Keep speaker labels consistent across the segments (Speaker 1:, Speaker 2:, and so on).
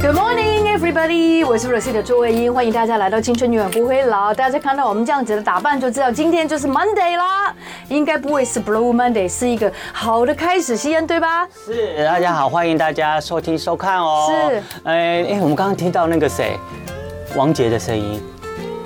Speaker 1: Good morning, everybody！我是 r o s i 的朱慧英，欢迎大家来到《青春永远不会老》。大家看到我们这样子的打扮，就知道今天就是 Monday 啦，应该不会是 Blue Monday，是一个好的开始，西恩对吧？
Speaker 2: 是，大家好，欢迎大家收听收看哦。
Speaker 1: 是，
Speaker 2: 哎哎，我们刚刚听到那个谁，王杰的声音，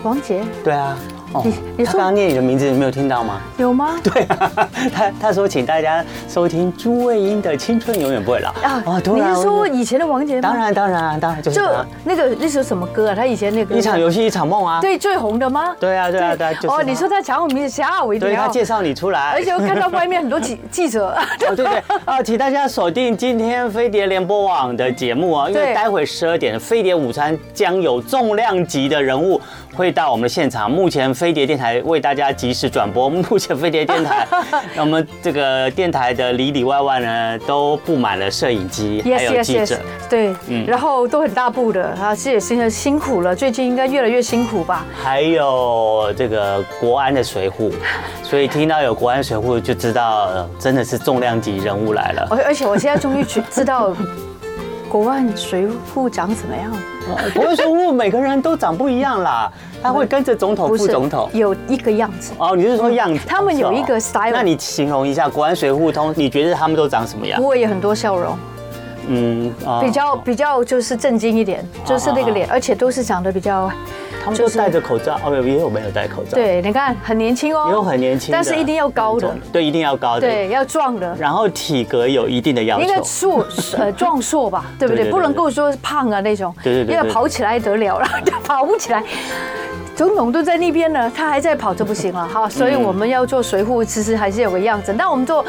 Speaker 1: 王杰
Speaker 2: 对啊，哦
Speaker 1: 你你
Speaker 2: 他
Speaker 1: 说
Speaker 2: 刚刚念你的名字，你没有听到吗？
Speaker 1: 有吗？
Speaker 2: 对啊，他他说请大家收听朱卫英的《青春永远不会老》哦突
Speaker 1: 啊你
Speaker 2: 然
Speaker 1: 是
Speaker 2: 我
Speaker 1: 说
Speaker 2: 就
Speaker 1: 以前的王杰吗？
Speaker 2: 当，然当然当然就是
Speaker 1: 就
Speaker 2: 他
Speaker 1: 那个那首什么歌啊？他以前那个
Speaker 2: 一场游戏一场梦啊。
Speaker 1: 对最红的吗？
Speaker 2: 对啊对啊对啊，就是他
Speaker 1: 哦，你说他抢我名字，吓我一
Speaker 2: 对他
Speaker 1: 跳。
Speaker 2: 介绍你出来，
Speaker 1: 而且我看到外面很多记记 者，
Speaker 2: 哦，对对啊，请大家锁定今天飞碟联播网的节目啊，因
Speaker 1: 对
Speaker 2: 为待会十二点飞碟午餐将有重量级的人物会到我们的现场。目前飞碟电台为大家及时转播，目前飞碟电台，那我们这个电台的里里外外呢都布满了摄影机，还
Speaker 1: Yes,
Speaker 2: 有
Speaker 1: yes,
Speaker 2: 记
Speaker 1: yes.
Speaker 2: 者。嗯
Speaker 1: 对，然后都很大步的，啊，这也是辛苦了，最近应该越来越辛苦吧？
Speaker 2: 还有这个国安的水浒，所以听到有国安水浒就知道，呃真的是重量级人物来了。
Speaker 1: 而而且我现在终于知知道国万水浒长什么样，
Speaker 2: 哦 国安水浒每个人都长不一样 啦，他会跟着总统、副总统。
Speaker 1: 有一个样子。
Speaker 2: 哦，你是说样子？
Speaker 1: 他们有一个
Speaker 2: 是哦
Speaker 1: style
Speaker 2: 那你形容一下国安水浒通，你觉得他们都长什么样
Speaker 1: 不？过也很多笑容，
Speaker 2: 嗯，哦
Speaker 1: 比较比较就是震惊一点，就是那个
Speaker 2: 啊
Speaker 1: 脸，而且都是长得比较，
Speaker 2: 他们
Speaker 1: 就
Speaker 2: 都
Speaker 1: 是
Speaker 2: 戴着口罩，哦，也有没有戴口罩？，
Speaker 1: 对，你看很年轻哦，
Speaker 2: 也有很年轻的，
Speaker 1: 但是一定要高的，
Speaker 2: 对，一定要高的，，
Speaker 1: 对，要壮的，
Speaker 2: 然后体格有一定的要
Speaker 1: 应该
Speaker 2: 求。
Speaker 1: 硕 呃壮硕吧，对不
Speaker 2: 对对
Speaker 1: 对？
Speaker 2: 对
Speaker 1: 不能够说是胖啊那种，
Speaker 2: 对对对对
Speaker 1: 因为跑起来得了了，跑不起来。 总统都在那边呢，他还在跑，这不行了哈。所以我们要做随扈，其实还是有个样子。那我们做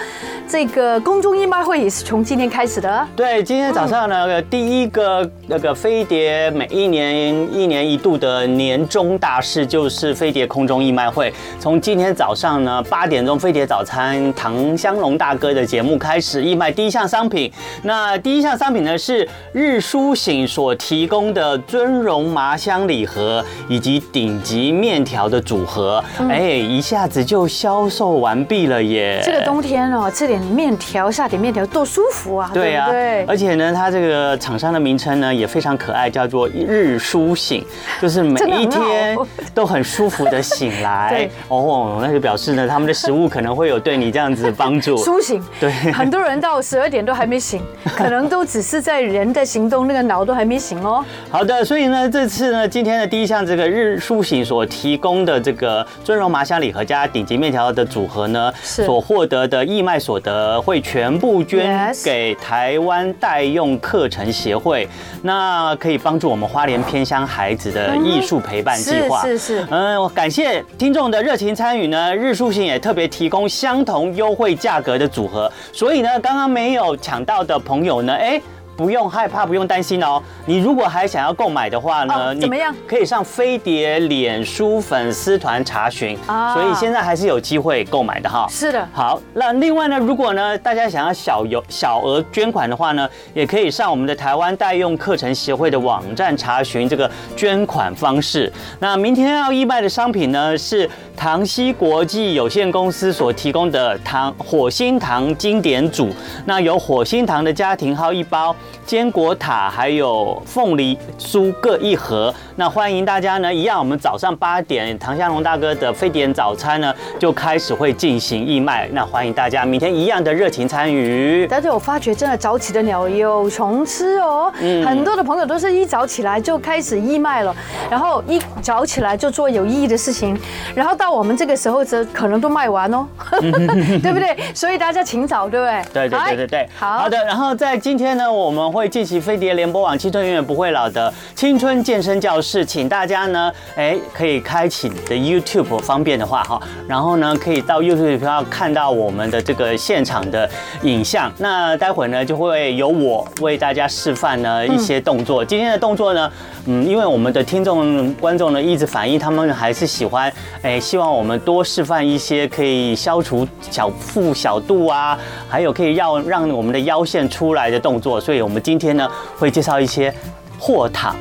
Speaker 1: 这个公众义卖会也是从今天开始的，
Speaker 2: 对，今天早上呢，第一个那个飞碟每一年一年一度的年终大事就是飞碟空中义卖会。从今天早上呢八点钟，飞碟早餐唐香龙大哥的节目开始义卖第一项商品。那第一项商品呢是日苏醒所提供的尊荣麻香礼盒以及顶级面条的组合，
Speaker 1: 嗯
Speaker 2: 哎，一下子就销售完毕了耶！
Speaker 1: 这个冬天哦，吃点面条，下点面条多舒服啊，
Speaker 2: 对
Speaker 1: 对
Speaker 2: 呀、
Speaker 1: 不对？
Speaker 2: 而且呢，它这个厂商的名称呢也非常可爱，叫做日苏醒， 就是每
Speaker 1: 真的
Speaker 2: 一
Speaker 1: 很好
Speaker 2: 天都很舒服的醒 来
Speaker 1: 对。
Speaker 2: 哦，那就表示呢，他们的食物可能会有对你这样子的帮 助。
Speaker 1: 苏醒，
Speaker 2: 对
Speaker 1: 很多人到十二点都还没 醒，可能都只是在人的行动，那个脑都还没醒 哦。
Speaker 2: 好的，所以呢，这次呢，今天的第一项这个日苏醒所提供的这个尊荣麻香礼盒加顶级面条的组合呢，
Speaker 1: 是
Speaker 2: 所获得的义卖所得会全部捐
Speaker 1: Yes
Speaker 2: 给台湾代用课程协会，那可以帮助我们花莲偏乡孩子的艺术陪伴计
Speaker 1: 是
Speaker 2: 划。
Speaker 1: 是是，
Speaker 2: 嗯，我感谢听众的热情参与呢。日出行也特别提供相同优惠价格的组合，所以呢，刚刚没有抢到的朋友呢，哎。不用害怕，不用担心哦。啊你如果还想要购买的话呢，
Speaker 1: 哦
Speaker 2: 你
Speaker 1: 怎么样
Speaker 2: 可以上飞碟脸书粉丝团查询，
Speaker 1: 啊
Speaker 2: 所以现在还是有机会购买的哈。
Speaker 1: 是的，
Speaker 2: 好，那另外呢，如果呢大家想要小有小额捐款的话呢，也可以上我们的台湾代用课程协会的网站查询这个捐款方式。那明天要义卖的商品呢是唐西国际有限公司所提供的糖火星糖经典组，那有火星糖的家庭号一包，坚果塔还有凤梨酥各一盒。那欢迎大家呢，一样我们早上八点唐香龙大哥的非典早餐呢就开始会进行义卖，那欢迎大家明天一样的热情参与。
Speaker 1: 但是我发觉真的早起的鸟有虫吃哦，
Speaker 2: 嗯
Speaker 1: 很多的朋友都是一早起来就开始义卖了，然后一早起来就做有意义的事情，然后到我们这个时候则可能都卖完 哦，对不对？所以大家请早，对不哎对？
Speaker 2: 对对对对对，
Speaker 1: 好
Speaker 2: 好的。然后在今天呢，我们会进行飞碟联播网“青春永远不会老”的青春健身教室，请大家呢，哎，可以开启你的 YouTube 方便的话哈，然后呢，可以到 YouTube 要看到我们的这个现场的影像。那待会呢，就会由我为大家示范呢一些动作。今天的动作呢，嗯，因为我们的听众观众呢一直反映，他们还是喜欢，哎，希望我们多示范一些可以消除小腹小肚啊，还有可以要让我们的腰线出来的动作，所以我们今天呢会介绍一些货躺、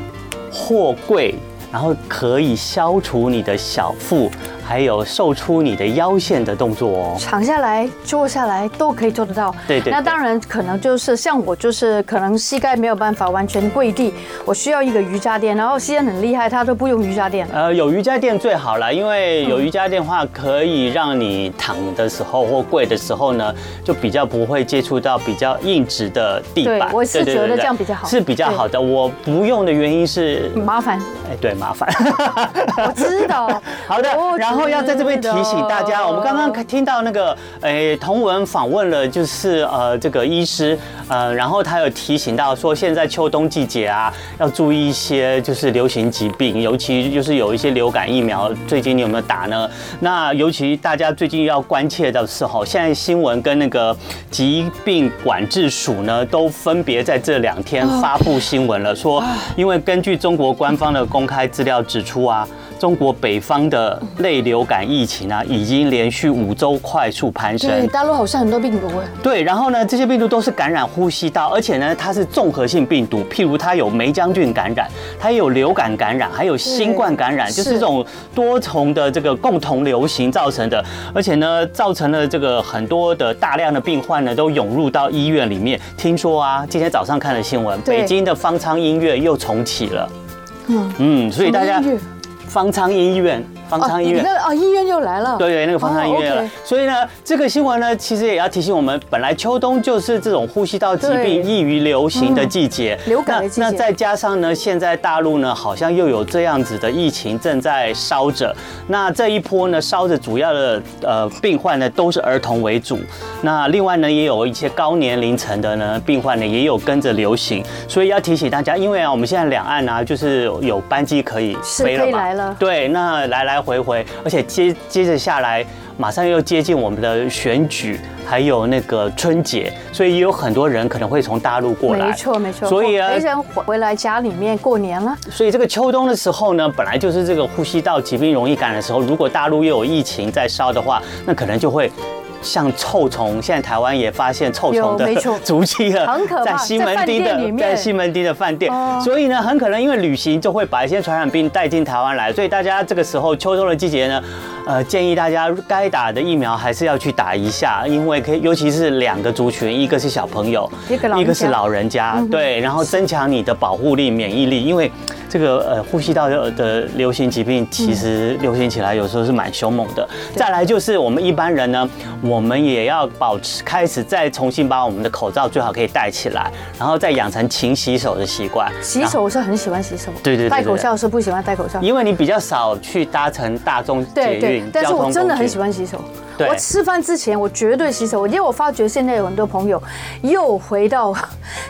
Speaker 2: 货柜。然后可以消除你的小腹，还有瘦出你的腰线的动作哦。
Speaker 1: 躺下来、坐下来都可以做得到。
Speaker 2: 对对对
Speaker 1: 那当然，可能就是像我，就是可能膝盖没有办法完全跪地，我需要一个瑜伽垫。然后西安很厉害，他都不用瑜伽垫。
Speaker 2: 呃，有瑜伽垫最好啦，因为有瑜伽垫的话，可以让你躺的时候或跪的时候呢，就比较不会接触到比较硬直的地板。
Speaker 1: 对我是
Speaker 2: 对
Speaker 1: 觉得
Speaker 2: 对对
Speaker 1: 这样比较好
Speaker 2: 是比较好的。我不用的原因是，
Speaker 1: 麻 烦，
Speaker 2: 哎，对，麻烦。。
Speaker 1: 我知道
Speaker 2: 好的
Speaker 1: 我，知
Speaker 2: 然后要在这边提醒大家，
Speaker 1: 道
Speaker 2: 我们刚刚听到那个，诶，同文访问了，就是呃这个医师，呃，然后他有提醒到说，现在秋冬季节啊，要注意一些就是流行疾病，尤其就是有一些流感疫苗，最近你有没有打呢？那尤其大家最近要关切的是吼，现在新闻跟那个疾病管制署呢，都分别在这两天发布新闻了，说因为根据中国官方的公开资料指出啊。中国北方的类流感疫情啊，已经连续五周快速攀
Speaker 1: 嗯对，
Speaker 2: 升。
Speaker 1: 大陆好像很多病毒哎。
Speaker 2: 对，然后呢，这些病毒都是感染呼吸道，而且呢，它是综合性病毒，譬如它有梅将军感染，它也有流感感染，还有新冠感染，
Speaker 1: 对
Speaker 2: 就是
Speaker 1: 是
Speaker 2: 这种多重的这个共同流行造成的。而且呢，造成了这个很多的大量的病患呢，都涌入到医院里面。听说啊，今天早上看了新闻，
Speaker 1: 对
Speaker 2: 北京的方舱音乐又重启了。
Speaker 1: 嗯
Speaker 2: 嗯，所以大家
Speaker 1: 什么音乐
Speaker 2: 方舱医院，方舱医
Speaker 1: 哦你
Speaker 2: 院。
Speaker 1: 那哦，医院又来了。
Speaker 2: 对对，那个方舱医院了。
Speaker 1: 哦，OK
Speaker 2: 所以呢，这个新闻呢，其实也要提醒我们，本来秋冬就是这种呼吸道疾
Speaker 1: 对嗯
Speaker 2: 病易于流行的季节，
Speaker 1: 流感的季节
Speaker 2: 那那再加上呢，现在大陆呢，好像又有这样子的疫情正在烧着。那这一波呢，烧着主要的呃病患呢，都是儿童为主。那另外呢，也有一些高年龄层的呢病患呢，也有跟着流行。所以要提醒大家，因为啊，我们现在两岸啊，就是有班机可以
Speaker 1: 是
Speaker 2: 飞了
Speaker 1: 可以
Speaker 2: 嘛，
Speaker 1: 来了
Speaker 2: 对，那来来回回，而且接接着下来，马上又接近我们的选举，还有那个春节，所以也有很多人可能会从大陆过来。
Speaker 1: 没错没错。
Speaker 2: 所以啊
Speaker 1: 我，想回回来家里面过年了。
Speaker 2: 所以这个秋冬的时候呢，本来就是这个呼吸道疾病容易感染的时候，如果大陆又有疫情在烧的话，那可能就会。像臭虫，现在台湾也发现臭虫的
Speaker 1: 有没 错
Speaker 2: 足迹了，
Speaker 1: 很可怕
Speaker 2: 在西门
Speaker 1: 在
Speaker 2: 町
Speaker 1: 饭店里
Speaker 2: 的
Speaker 1: 面
Speaker 2: 在西门町的饭店，
Speaker 1: 哦
Speaker 2: 所以呢，很可能因为旅行就会把一些传染病带进台湾来，所以大家这个时候秋冬的季节呢，呃，建议大家该打的疫苗还是要去打一下，因为可以，尤其是两个族群，一个是小朋友，
Speaker 1: 一个老人家
Speaker 2: 是老人
Speaker 1: 嗯
Speaker 2: 家，对，然后增强你的保护力、免疫力，因为这个呃呼吸道的的流行疾病，其实流行起来有时候是蛮凶猛的。再来就是我们一般人呢，我们也要保持开始再重新把我们的口罩最好可以戴起来，然后再养成勤洗手的习惯。
Speaker 1: 洗手是很喜欢洗手，
Speaker 2: 对对对对对
Speaker 1: 戴口罩是不喜欢戴口罩。
Speaker 2: 因为你比较少去搭乘大众捷
Speaker 1: 对对
Speaker 2: 运，
Speaker 1: 但
Speaker 2: 交
Speaker 1: 是
Speaker 2: 通
Speaker 1: 我
Speaker 2: 工
Speaker 1: 真的很
Speaker 2: 具
Speaker 1: 喜欢洗手。
Speaker 2: 对
Speaker 1: 我吃饭之前我绝对洗手，因为我发觉现在有很多朋友又回到，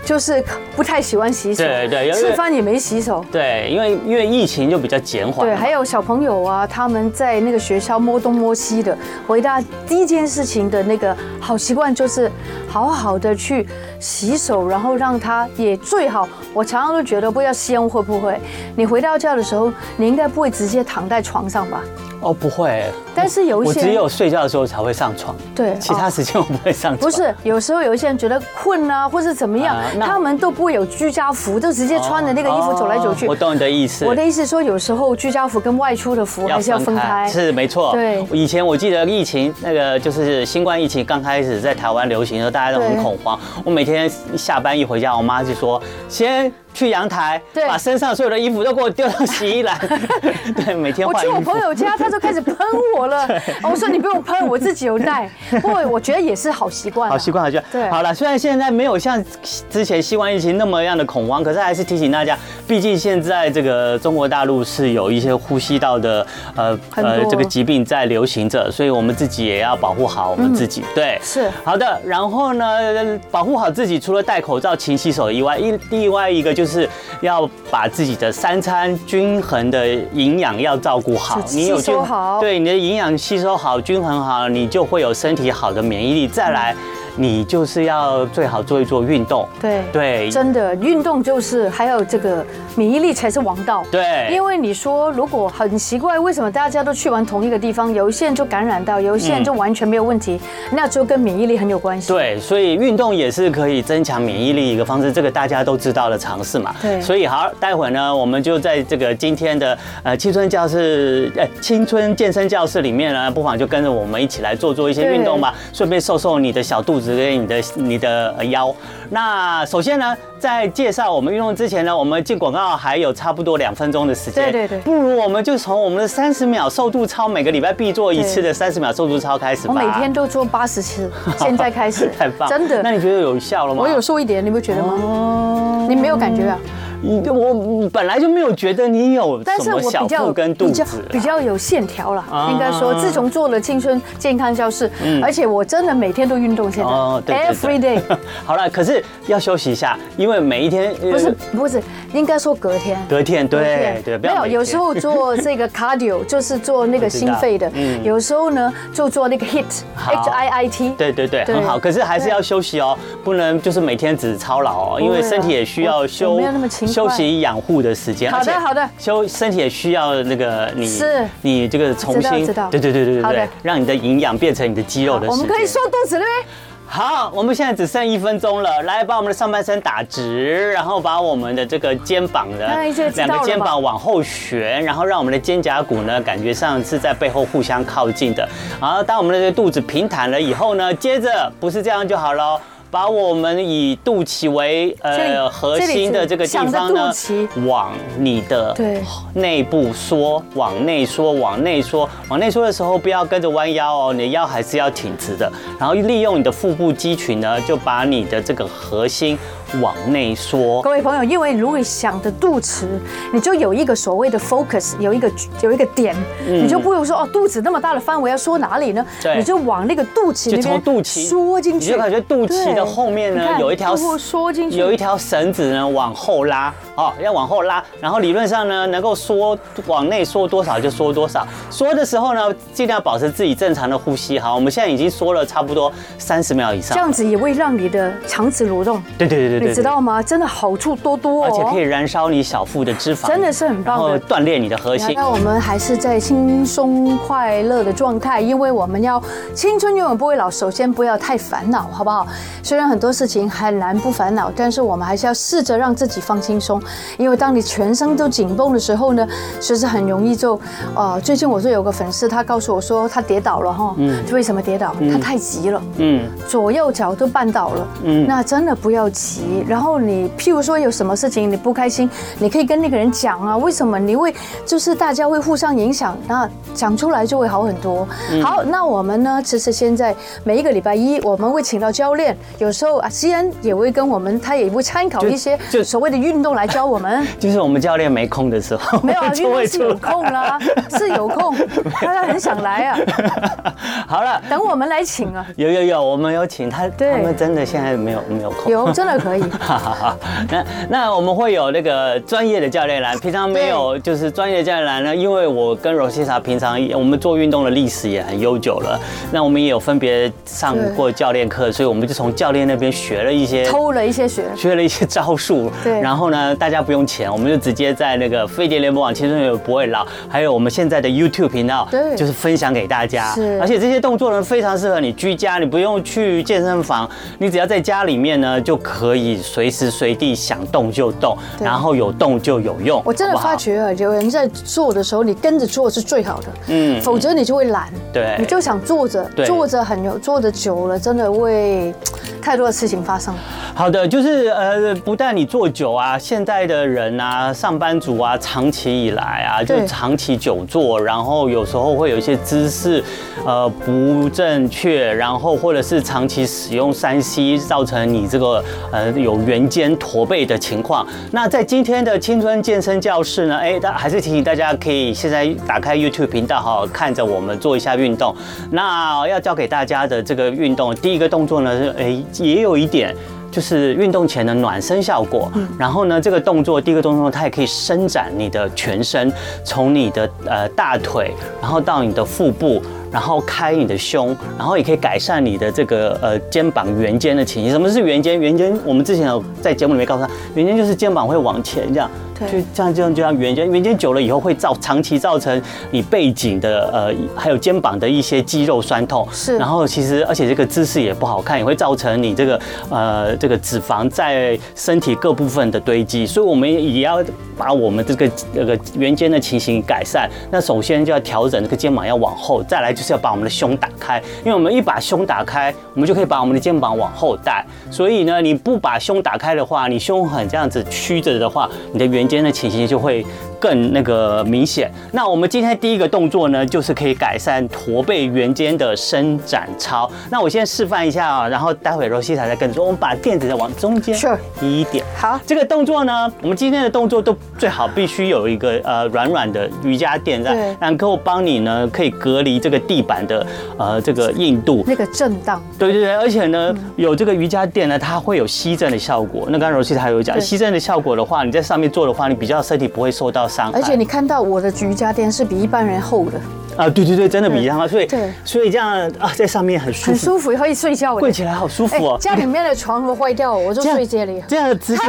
Speaker 1: 就是不太喜欢洗手，
Speaker 2: 对对因为
Speaker 1: 吃饭也没洗手。
Speaker 2: 对，因为因为疫情就比较减缓
Speaker 1: 对，嗯
Speaker 2: 嘛。
Speaker 1: 还有小朋友啊，他们在那个学校摸东摸西的，回答第一件事情的那个好习惯就是呃好好的去洗手，然后让他也最好。我常常都觉得，不知道西安会不会，你回到家的时候，你应该不会直接躺在床上吧？
Speaker 2: 哦，不会，
Speaker 1: 但是有一
Speaker 2: 我
Speaker 1: 些
Speaker 2: 只有睡觉的时候才会上床，
Speaker 1: 对哦
Speaker 2: 其他时间我不会上床。
Speaker 1: 不是，有时候有一些人觉得困啊，或是怎么样
Speaker 2: 啊，那
Speaker 1: 他们都不会有居家服，就直接穿着那个衣服走来走去
Speaker 2: 哦我。懂你的意思。
Speaker 1: 我的意思说，有时候居家服跟外出的服还是要分开。
Speaker 2: 是没错。
Speaker 1: 对
Speaker 2: 以前我记得疫情那个就是新冠疫情刚开始在台湾流行的时候，大家都很
Speaker 1: 对
Speaker 2: 恐慌。我每天下班一回家，我妈就说先。去阳台，
Speaker 1: 对
Speaker 2: 把身上所有的衣服都给我丢到洗衣篮。 对，每天
Speaker 1: 我
Speaker 2: 换
Speaker 1: 去
Speaker 2: 衣
Speaker 1: 我
Speaker 2: 服
Speaker 1: 朋。友家，他就开始喷我 了。哦我说你不用喷，我自己有带。不过我觉得也是好习惯啊。
Speaker 2: 好习惯，好习惯。
Speaker 1: 对
Speaker 2: 好了，虽然现在没有像之前新冠疫情那么样的恐慌，可是还是提醒大家，毕竟现在这个中国大陆是有一些呼吸道的呃
Speaker 1: 很多
Speaker 2: 这个疾病在流行着，所以我们自己也要保护好我们自己。对，
Speaker 1: 是
Speaker 2: 好的。然后呢，呃保护好自己，除了戴口罩、勤洗手以外，一另外一个就是要把自己的三餐均衡的营养要照顾好，
Speaker 1: 就吸收
Speaker 2: 均
Speaker 1: 好
Speaker 2: 对。对你的营养吸收好、均衡好，你就会有身体好的免疫力。再来，你就是要最好做一做运动。
Speaker 1: 对
Speaker 2: 对
Speaker 1: 真的运动就是还有这个免疫力才是王道。
Speaker 2: 对
Speaker 1: 因为你说如果很奇怪，为什么大家都去完同一个地方，有一些人就感染到，有一些人就完全没有问题，那就跟免疫力很有关系。
Speaker 2: 嗯对，所以运动也是可以增强免疫力一个方式，这个大家都知道的常识嘛。
Speaker 1: 对
Speaker 2: 所以好，待会儿呢，我们就在这个今天的呃青春教室，呃青春健身教室里面呢，不妨就跟着我们一起来做做一些
Speaker 1: 对
Speaker 2: 运动吧，顺便瘦瘦你的小肚子跟你的你的呃腰。那首先呢，在介绍我们运动之前呢，我们进广告还有差不多两分钟的时间。
Speaker 1: 对对对
Speaker 2: 不如我们就从我们的三十秒瘦肚操，每个礼拜必做一次
Speaker 1: 对
Speaker 2: 的三十秒瘦肚操开始
Speaker 1: 我
Speaker 2: 吧。，
Speaker 1: 每天都做八十次，现在开始
Speaker 2: 太棒！
Speaker 1: 真
Speaker 2: 那
Speaker 1: 的，
Speaker 2: 你觉得有效了吗？
Speaker 1: 我有瘦一点，你不觉得吗？
Speaker 2: 哦，
Speaker 1: 你没有感觉啊？
Speaker 2: 你我本来就没有觉得你有
Speaker 1: 但
Speaker 2: 什
Speaker 1: 是
Speaker 2: 么
Speaker 1: 我
Speaker 2: 小
Speaker 1: 比较
Speaker 2: 腹跟肚
Speaker 1: 比
Speaker 2: 子
Speaker 1: 较比
Speaker 2: 啊。
Speaker 1: 较有线条
Speaker 2: 啊嗯
Speaker 1: 了，应该说，自从做了青春健康教室，而且我真的每天都运动，现在
Speaker 2: 哦，对对
Speaker 1: every
Speaker 2: 对
Speaker 1: day，
Speaker 2: 好了，可是要休息一下，因为每一天呃
Speaker 1: 不是不是，应该说隔天。
Speaker 2: 隔天，对对，不
Speaker 1: 没
Speaker 2: 要
Speaker 1: 有，
Speaker 2: 每
Speaker 1: 有
Speaker 2: 天
Speaker 1: 时候做这个 cardio 就是做那个心肺的
Speaker 2: 我知道，嗯
Speaker 1: 有时候呢就做那个 hit，H I I T，
Speaker 2: 对对对，
Speaker 1: 对
Speaker 2: 很好。可是还是要休息哦，不能就是每天只操劳哦，因为身体也需要
Speaker 1: 我
Speaker 2: 休
Speaker 1: 我没有那么勤快
Speaker 2: 休息养护的时间。
Speaker 1: 好的
Speaker 2: 而且
Speaker 1: 好的
Speaker 2: 休身体也需要那个你
Speaker 1: 是
Speaker 2: 你这个重
Speaker 1: 知道
Speaker 2: 新
Speaker 1: 知道
Speaker 2: 对对对对对
Speaker 1: 好
Speaker 2: 对
Speaker 1: 的，
Speaker 2: 让你的营养变成你的肌肉的时间。
Speaker 1: 我们可以瘦肚子了呗。
Speaker 2: 好，我们现在只剩一分钟了，来把我们的上半身打直，然后把我们的这个肩膀的
Speaker 1: 哎这个知道
Speaker 2: 两
Speaker 1: 了吧
Speaker 2: 个肩膀往后旋，然后让我们的肩胛骨呢感觉上是在背后互相靠近的。然后当我们的肚子平坦了以后呢，接着不是这样就好喽。把我们以肚脐为
Speaker 1: 这里
Speaker 2: 呃核心的这个地方
Speaker 1: 这
Speaker 2: 呢
Speaker 1: 里是想着肚，
Speaker 2: 往你的
Speaker 1: 对
Speaker 2: 内部缩，往内缩，往内缩，往内缩的时候不要跟着弯腰哦，你的腰还是要挺直的。然后利用你的腹部肌群呢，就把你的这个核心往内缩
Speaker 1: 各。位朋友，因为如果想的肚脐，你就有一个所谓的 focus，有一个有一个点，你就不用说哦，肚子那么大的范围要缩哪里呢
Speaker 2: 嗯对？
Speaker 1: 你就往那个肚脐
Speaker 2: 就
Speaker 1: 那
Speaker 2: 从
Speaker 1: 边
Speaker 2: 肚脐
Speaker 1: 缩进
Speaker 2: 你
Speaker 1: 去，
Speaker 2: 就感觉肚脐的
Speaker 1: 对
Speaker 2: 后面呢
Speaker 1: 你看
Speaker 2: 有一条
Speaker 1: 就会缩进去，
Speaker 2: 有一条绳子呢往后拉，哦，要往后拉，然后理论上呢能够缩往内缩多少就缩多少，缩的时候呢尽量保持自己正常的呼吸。好，我们现在已经缩了差不多三十秒以
Speaker 1: 这
Speaker 2: 上，
Speaker 1: 样子也会让你的肠子蠕动，
Speaker 2: 对对对对对，
Speaker 1: 你知道吗？真的哦好处多多哦，
Speaker 2: 而且可以燃烧你小腹的脂肪，
Speaker 1: 真的是很哦棒的
Speaker 2: 然后锻炼你的核心。
Speaker 1: 那我们还是在轻松快乐的状态，因为我们要青春永远不会老。首先不要太烦恼，好不好？虽然很多事情很难不烦恼，但是我们还是要试着让自己放轻松，因为当你全身都紧绷的时候呢，其实很容易就，呃，最近我是有个粉丝，他告诉我说他跌倒了哈，为什么跌倒？他太急了。
Speaker 2: 嗯，
Speaker 1: 左右脚都绊倒了，嗯，那真的不要急。然后你，譬如说有什么事情你不开心，你可以跟那个人讲啊，为什么你会，就是大家会互相影响，那讲出来就会好很多。
Speaker 2: 嗯
Speaker 1: 好，那我们呢，其实现在每一个礼拜一我们会请到教练，有时候啊，西安也会跟我们，他也会参考
Speaker 2: 就
Speaker 1: 一些
Speaker 2: 就
Speaker 1: 所谓的运动来教我 们。
Speaker 2: 就是我们教练没空的时候，
Speaker 1: 没有啊，运
Speaker 2: 就
Speaker 1: 动
Speaker 2: 会
Speaker 1: 是
Speaker 2: 出
Speaker 1: 有空啦，是有空，大家很想来啊，
Speaker 2: 来。好了，
Speaker 1: 等我们来请啊，
Speaker 2: 有有有，我们有请他，他
Speaker 1: 对
Speaker 2: 们真的现在没有没有空。
Speaker 1: 有真的可以。
Speaker 2: 哈哈哈，那那我们会有那个专业的教练来，平常没有就是专业的教练来呢，因为我跟 Rosita 平常也我们做运动的历史也很悠久了，那我们也有分别上
Speaker 1: 对
Speaker 2: 过教练课，所以我们就从教练那边学了一些
Speaker 1: 偷了一些学，
Speaker 2: 学了一些招数，
Speaker 1: 对
Speaker 2: 然后呢，大家不用钱，我们就直接在那个飞碟联播网青春永远不会老，还有我们现在的 YouTube 频道，
Speaker 1: 对
Speaker 2: 就是分享给大家。
Speaker 1: 是
Speaker 2: 而且这些动作呢，非常适合你居家，你不用去健身房，你只要在家里面呢，就可以随时随地想动就动，
Speaker 1: 对
Speaker 2: 然后有动就有用。
Speaker 1: 我真的
Speaker 2: 好不好
Speaker 1: 发，觉啊，有人在做的时候，你跟着做是最好的，
Speaker 2: 嗯
Speaker 1: 否则你就会懒，
Speaker 2: 对
Speaker 1: 你就想坐着
Speaker 2: 对，
Speaker 1: 坐着很有，坐着久了真的会太多的事情发生。
Speaker 2: 好的，就是呃，不但你坐久啊，现在的人啊，上班族啊，长期以来啊，就
Speaker 1: 对
Speaker 2: 长期久坐，然后有时候会有一些姿势，呃，不正确，然后或者是长期使用三 C，造成你这个呃有圆肩驼背的情况。那在今天的青春健身教室呢，哎，大还是提醒大家可以现在打开 YouTube 频道哈，看着我们做一下运动。那要教给大家的这个运动，第一个动作呢是，哎，也有一点。就是运动前的暖身效果。然后呢，这个动作第一个动作，它也可以伸展你的全身，从你的呃大腿，然后到你的腹部。然后开你的胸，然后也可以改善你的这个呃肩膀圆肩的情形。什么是圆肩？圆肩我们之前有在节目里面告诉他，圆肩就是肩膀会往前这样，
Speaker 1: 对
Speaker 2: 就这样这样这样圆肩，圆肩久了以后会造长期造成你背颈的呃还有肩膀的一些肌肉酸痛，
Speaker 1: 是
Speaker 2: 然后其实而且这个姿势也不好看，也会造成你这个呃这个脂肪在身体各部分的堆积，所以我们也要把我们这个这个圆肩的情形改善。那首先就要调整这个肩膀要往后，再来就是要把我们的胸打开，因为我们一把胸打开，我们就可以把我们的肩膀往后带。所以呢，你不把胸打开的话，你胸很这样子曲着的话，你的圆肩的情形就会更那个明显。那我们今天第一个动作呢，就是可以改善驼背圆肩的伸展操。那我先示范一下啊，然后待会柔西塔再跟你说。我们把垫子再往中间
Speaker 1: Sure
Speaker 2: 移一点。
Speaker 1: 好，
Speaker 2: 这个动作呢，我们今天的动作都最好必须有一个呃软软的瑜伽垫在
Speaker 1: 对，
Speaker 2: 能够帮你呢可以隔离这个地板的呃这个硬度。
Speaker 1: 那个震荡，
Speaker 2: 对对对，而且呢，有这个瑜伽垫呢，它会有吸震的效果。那刚刚柔西她有讲，
Speaker 1: 对
Speaker 2: 吸震的效果的话，你在上面做的话，你比较身体不会受到伤害。
Speaker 1: 而且你看到我的瑜伽垫是比一般人厚 的，
Speaker 2: 啊，对对对，真的比较好，所以
Speaker 1: 嗯对
Speaker 2: 所以这样啊，在上面很舒
Speaker 1: 很
Speaker 2: 服，
Speaker 1: 舒服，可以睡觉的。
Speaker 2: 跪起来好舒服哎
Speaker 1: 哎
Speaker 2: 哦。
Speaker 1: 家里面的床如果坏掉，我就睡这里，啊
Speaker 2: 这样 直接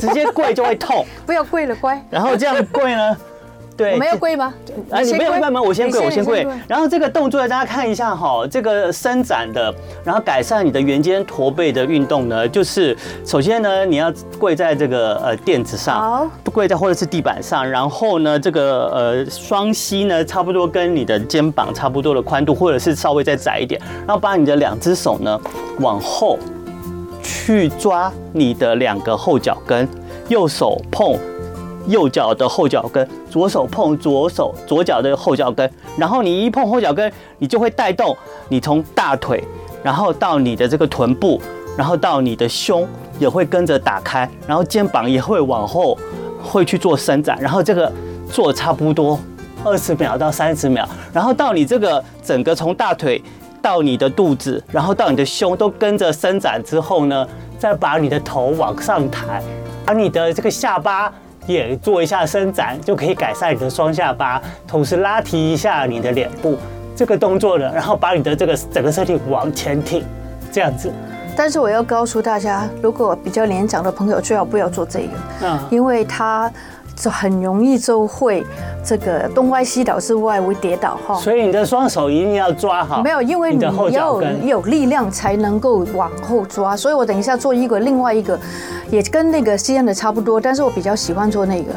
Speaker 2: 直接跪就会痛，
Speaker 1: 不要跪了，乖。
Speaker 2: 然后这样跪呢，对，
Speaker 1: 我们要跪吗？
Speaker 2: 啊，哎你没有办法，我先跪，我先跪
Speaker 1: 你。
Speaker 2: 然后这个动作大家看一下哈，这个伸展的，然后改善你的圆肩驼背的运动呢，就是首先呢，你要跪在这个呃垫子上
Speaker 1: 好，
Speaker 2: 跪在或者是地板上，然后呢，这个呃双膝呢，差不多跟你的肩膀差不多的宽度，或者是稍微再窄一点，然后把你的两只手呢往后去抓你的两个后脚跟，右手碰右脚的后脚跟，左手碰左手左脚的后脚跟，然后你一碰后脚跟，你就会带动你从大腿，然后到你的这个臀部，然后到你的胸也会跟着打开，然后肩膀也会往后会去做伸展，然后这个做差不多二十秒到三十秒，然后到你这个整个从大腿到你的肚子，然后到你的胸都跟着伸展之后呢，再把你的头往上抬，把你的这个下巴。也做一下伸展，就可以改善你的双下巴，同时拉提一下你的脸部这个动作呢，然后把你的这个整个身体往前挺，这样子。
Speaker 1: 但是我要告诉大家，如果比较年长的朋友，最好不要做这个，
Speaker 2: 嗯
Speaker 1: 因为它就很容易就会这个东歪西倒之外会跌倒哈。
Speaker 2: 所以你的双手一定要抓好，
Speaker 1: 没有，因为
Speaker 2: 你
Speaker 1: 你
Speaker 2: 的后脚
Speaker 1: 要
Speaker 2: 跟。
Speaker 1: 有力量才能够往后抓，所以我等一下做一个另外一个，也跟那个西安的差不多，但是我比较喜欢做那个。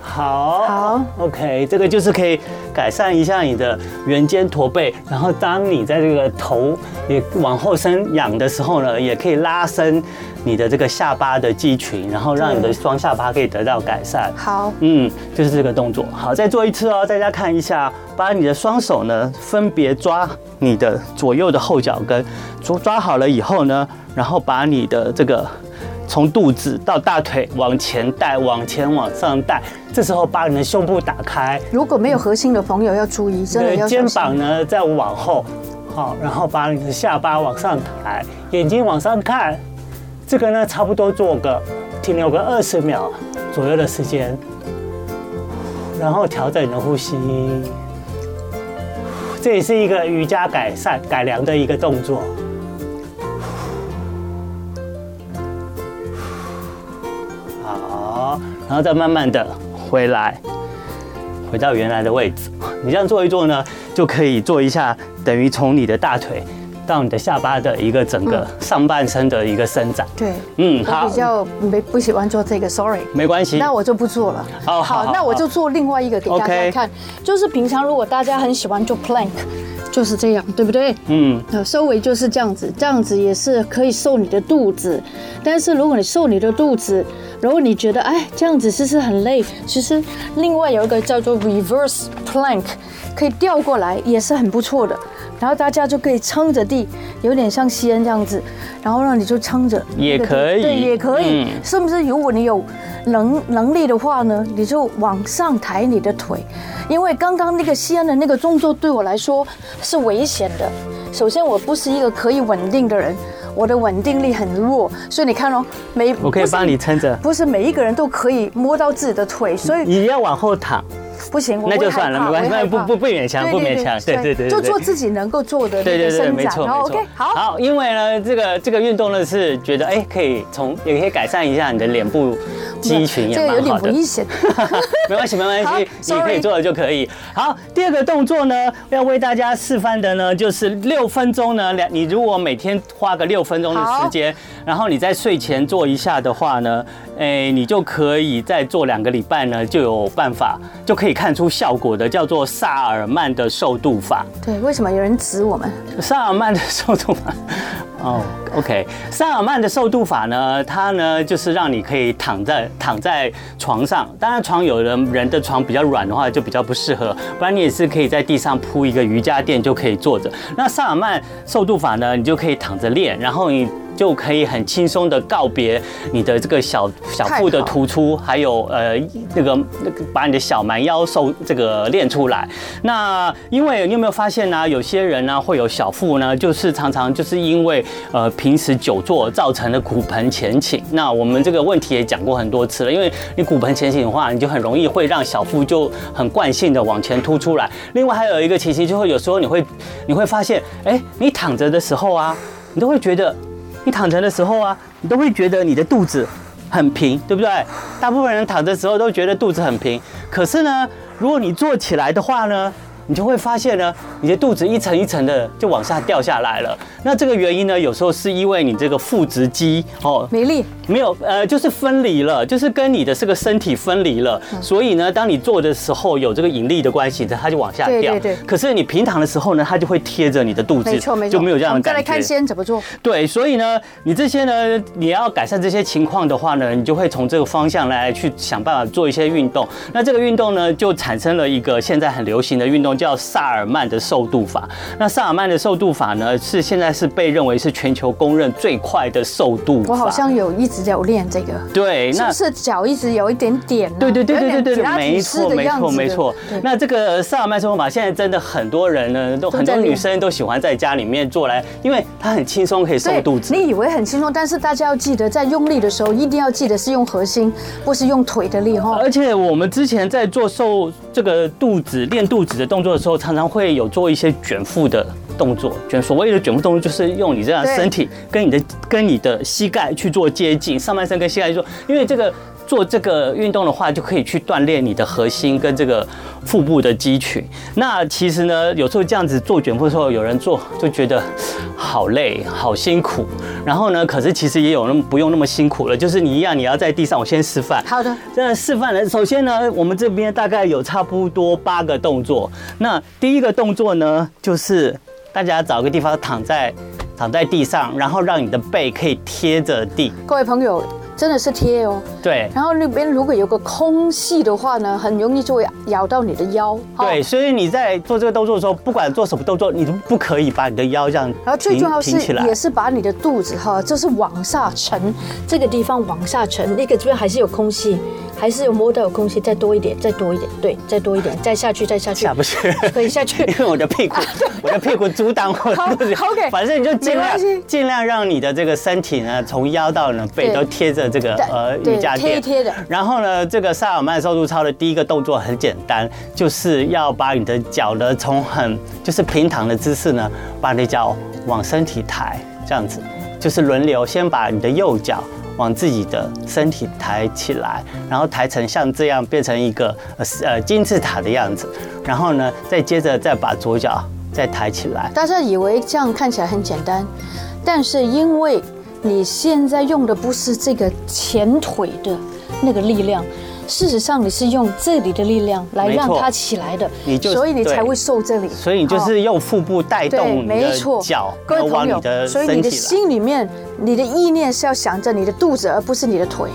Speaker 2: 好，
Speaker 1: 好
Speaker 2: ，OK，这个就是可以改善一下你的圆肩驼背，然后当你在这个头也往后伸仰的时候呢，也可以拉伸你的这个下巴的肌群，然后让你的双下巴可以得到改善。
Speaker 1: 好，
Speaker 2: 嗯，就是这个动作。好，再做一次哦，大家看一下，把你的双手呢分别抓你的左右的后脚跟，抓抓好了以后呢，然后把你的这个从肚子到大腿往前带，往前往上带，这时候把你的胸部打开，
Speaker 1: 如果没有核心的朋友要注意，真的
Speaker 2: 你
Speaker 1: 要小
Speaker 2: 的肩
Speaker 1: 心。
Speaker 2: 膀呢再往后，好，然后把你的下巴往上抬，眼睛往上看，这个呢差不多做个停留个二十秒左右的时间，然后调整你的呼吸，这也是一个瑜伽改善改良的一个动作。好，然后再慢慢的回来，回到原来的位置。你这样做一做呢，就可以做一下，等于从你的大腿到你的下巴的一个整个上半身的一个伸展。
Speaker 1: 对，
Speaker 2: 嗯，
Speaker 1: 我
Speaker 2: 好
Speaker 1: 嗯比，较没不喜欢做这个，sorry。
Speaker 2: 没关系。
Speaker 1: 那我就不做了。
Speaker 2: 哦好好
Speaker 1: 那我就做另外一个给大家
Speaker 2: OK
Speaker 1: 看，就是平常如果大家很喜欢做 plank，就是这样，对不对？
Speaker 2: 嗯，
Speaker 1: 呃，收尾就是这样子，这样子也是可以瘦你的肚子。但是如果你瘦你的肚子，然后你觉得哎这样子是不是很累？其实另外有一个叫做 reverse plank，可以调过来，也是很不错的。然后大家就可以撑着地，有点像吸烟这样子，然后让你就撑着，
Speaker 2: 也可以
Speaker 1: 对，也可以
Speaker 2: 嗯。
Speaker 1: 甚至如果你有能能力的话呢，你就往上抬你的腿，因为刚刚那个西安的那个动作对我来说是危险的。首先，我不是一个可以稳定的人，我的稳定力很弱，所以你看哦，每
Speaker 2: 我可以
Speaker 1: 不是
Speaker 2: 帮你撑着，
Speaker 1: 不是每一个人都可以摸到自己的腿，所以
Speaker 2: 你要往后躺，
Speaker 1: 不行，我
Speaker 2: 那就
Speaker 1: 会害
Speaker 2: 算了，
Speaker 1: 怕
Speaker 2: 没关系，
Speaker 1: 我会
Speaker 2: 那
Speaker 1: 害
Speaker 2: 不
Speaker 1: 怕
Speaker 2: 不不勉强，不勉强，对对对，
Speaker 1: 就
Speaker 2: 对
Speaker 1: 做自己能够做的那
Speaker 2: 对
Speaker 1: 个
Speaker 2: 对对，
Speaker 1: 伸
Speaker 2: 没
Speaker 1: 展，
Speaker 2: 错
Speaker 1: 然
Speaker 2: 没
Speaker 1: 后
Speaker 2: 错
Speaker 1: OK，。好，
Speaker 2: 好，因为呢，这个这个运动呢是觉得哎，可以从也可以改善一下你的脸部肌群，也
Speaker 1: 这个有
Speaker 2: 蛮好
Speaker 1: 点
Speaker 2: 的。
Speaker 1: 危险。
Speaker 2: 没关系，没关
Speaker 1: 好
Speaker 2: 系，你可以
Speaker 1: sorry
Speaker 2: 做的就可以。好，第二个动作呢，要为大家示范的呢，就是六分钟呢，两你如果每天花个六分钟的时间，然后你在睡前做一下的话呢，哎，你就可以再做两个礼拜呢，就有办法，就可以看出效果的，叫做萨尔曼的瘦肚法。
Speaker 1: 对，为什么有人指我们？
Speaker 2: 萨尔曼的瘦肚法，哦，OK，萨尔曼的瘦肚法呢，它呢就是让你可以躺在躺在床上，当然床有人人的床比较软的话就比较不适合，不然你也是可以在地上铺一个瑜伽垫就可以坐着。那萨尔曼瘦肚法呢，你就可以躺着练，然后你。就可以很轻松的告别你的这个小小腹的
Speaker 1: 太好
Speaker 2: 突出，还有呃那个那个把你的小蛮腰瘦这个练出来。那因为你有没有发现呢、有些人呢、会有小腹呢，就是常常就是因为呃平时久坐造成的骨盆前倾。那我们这个问题也讲过很多次了，因为呃你骨盆前倾的话，你就很容易会让小腹就很惯性的往前突出来。另外还有一个情形，就会有时候你会你会发现，哎，你躺着的时候啊，你都会觉得你躺着的时候啊，你都会觉得你的肚子很平，对不对？大部分人躺着的时候都觉得肚子很平，可是呢，如果你坐起来的话呢，你就会发现呢，你的肚子一层一层的就往下掉下来了。那这个原因呢，有时候是因为你这个腹直肌哦，
Speaker 1: 美丽，
Speaker 2: 没有，呃，就是分离了，就是跟你的这个身体分离了。
Speaker 1: 嗯
Speaker 2: 所以呢，当你坐的时候有这个引力的关系，它就往下
Speaker 1: 对
Speaker 2: 掉。
Speaker 1: 对对
Speaker 2: 可是你平躺的时候呢，它就会贴着你的肚子，
Speaker 1: 没错没错，
Speaker 2: 就没有这
Speaker 1: 我
Speaker 2: 样的
Speaker 1: 们再
Speaker 2: 感觉。
Speaker 1: 来看先怎么做。
Speaker 2: 对，所以呢，你这些呢，你要改善这些情况的话呢，你就会从这个方向来去想办法做一些运动。那这个运动呢，就产生了一个现在很流行的运动，叫萨尔曼的瘦肚法。那萨尔曼的瘦肚法呢，是现在是被认为是全球公认最快的瘦肚法。
Speaker 1: 我好像有一直有练这个，
Speaker 2: 对，
Speaker 1: 是
Speaker 2: 那
Speaker 1: 不是脚一直有一点点啊？
Speaker 2: 对对对
Speaker 1: 有
Speaker 2: 对
Speaker 1: 点
Speaker 2: 对对
Speaker 1: 皮拉
Speaker 2: 对，没
Speaker 1: 提斯
Speaker 2: 错
Speaker 1: 的
Speaker 2: 没
Speaker 1: 样
Speaker 2: 错
Speaker 1: 子
Speaker 2: 没
Speaker 1: 的
Speaker 2: 错
Speaker 1: 对。
Speaker 2: 那这个萨尔曼生活法现在真的很多人呢，都很
Speaker 1: 在
Speaker 2: 多女
Speaker 1: 练
Speaker 2: 生都喜欢在家里面做来，因为它很轻松可以瘦
Speaker 1: 对
Speaker 2: 肚子。
Speaker 1: 你以为很轻松，但是大家要记得，在用力的时候一定要记得是用核心，不是用腿的力哈。
Speaker 2: 而且我们之前在做瘦这个肚子练肚子的动作的时候，常常会有做一些卷腹的动作。卷所谓的卷腹动作，就是用你这样
Speaker 1: 对
Speaker 2: 身体跟你的跟你的膝盖去做接近，上半身跟膝盖去做，因为这个。做这个运动的话，就可以去锻炼你的核心跟这个腹部的肌群。那其实呢，有时候这样子做卷腹的时候，有人做就觉得好累、好辛苦。然后呢，可是其实也有那么不用那么辛苦了，就是你一样，你要在地上。我先示范，
Speaker 1: 好的，
Speaker 2: 这示范了。首先呢，我们这边大概有差不多八个动作。那第一个动作呢，就是大家找个地方躺在躺在地上，然后让你的背可以贴着地。
Speaker 1: 各位朋友，真的是贴哦。
Speaker 2: 对。
Speaker 1: 然后那边如果有个空隙的话呢，很容易就会咬到你的腰。哈
Speaker 2: 对，，所以你在做这个动作的时候，不管做什么动作，你都不可以把你的腰这样
Speaker 1: 然后最
Speaker 2: 挺
Speaker 1: 重要是
Speaker 2: 挺起来
Speaker 1: 也。是把你的肚子哈，就是往下沉，这个地方往下沉，那个这边还是有空隙，还是有摸到有空隙，再多一点，再多一点，对，再多一点，再下去，再下去，
Speaker 2: 啊下不去
Speaker 1: 可以下 去。
Speaker 2: 因为我 的屁股，我的屁股阻挡我的
Speaker 1: 好
Speaker 2: 肚子。
Speaker 1: ，OK，
Speaker 2: 反正你就尽
Speaker 1: 没
Speaker 2: 量
Speaker 1: 关系
Speaker 2: 尽量让你的这个身体呢，从腰到你的背
Speaker 1: 对
Speaker 2: 都贴着这个
Speaker 1: 对
Speaker 2: 呃
Speaker 1: 对
Speaker 2: 瑜伽
Speaker 1: 贴
Speaker 2: 垫。
Speaker 1: 一贴的
Speaker 2: 然后呢，这个萨尔曼瘦肚操的第一个动作很简单，就是要把你的脚呢从很就是平躺的姿势呢，把你的脚往身体抬，这样子，就是轮流先把你的右脚。往自己的身体抬起来，然后抬成像这样，变成一个呃呃金字塔的样子。然后呢，再接着再把左脚再抬起来，
Speaker 1: 大家以为这样看起来很简单，但是因为你现在用的不是这个前腿的那个力量，事实上你是用这里的力量来
Speaker 2: 没错
Speaker 1: 让它起来的，
Speaker 2: 你就
Speaker 1: 所以你
Speaker 2: 对
Speaker 1: 才会受这里。
Speaker 2: 所以你就
Speaker 1: 哦
Speaker 2: 是用腹部带
Speaker 1: 对，
Speaker 2: 动你
Speaker 1: 没
Speaker 2: 的
Speaker 1: 错，
Speaker 2: 脚，
Speaker 1: 各位
Speaker 2: 然后往
Speaker 1: 朋
Speaker 2: 你的
Speaker 1: 友，所以
Speaker 2: 身
Speaker 1: 你的
Speaker 2: 体来。
Speaker 1: 心里面，你的意念是要想着你的肚子，而不是你的腿。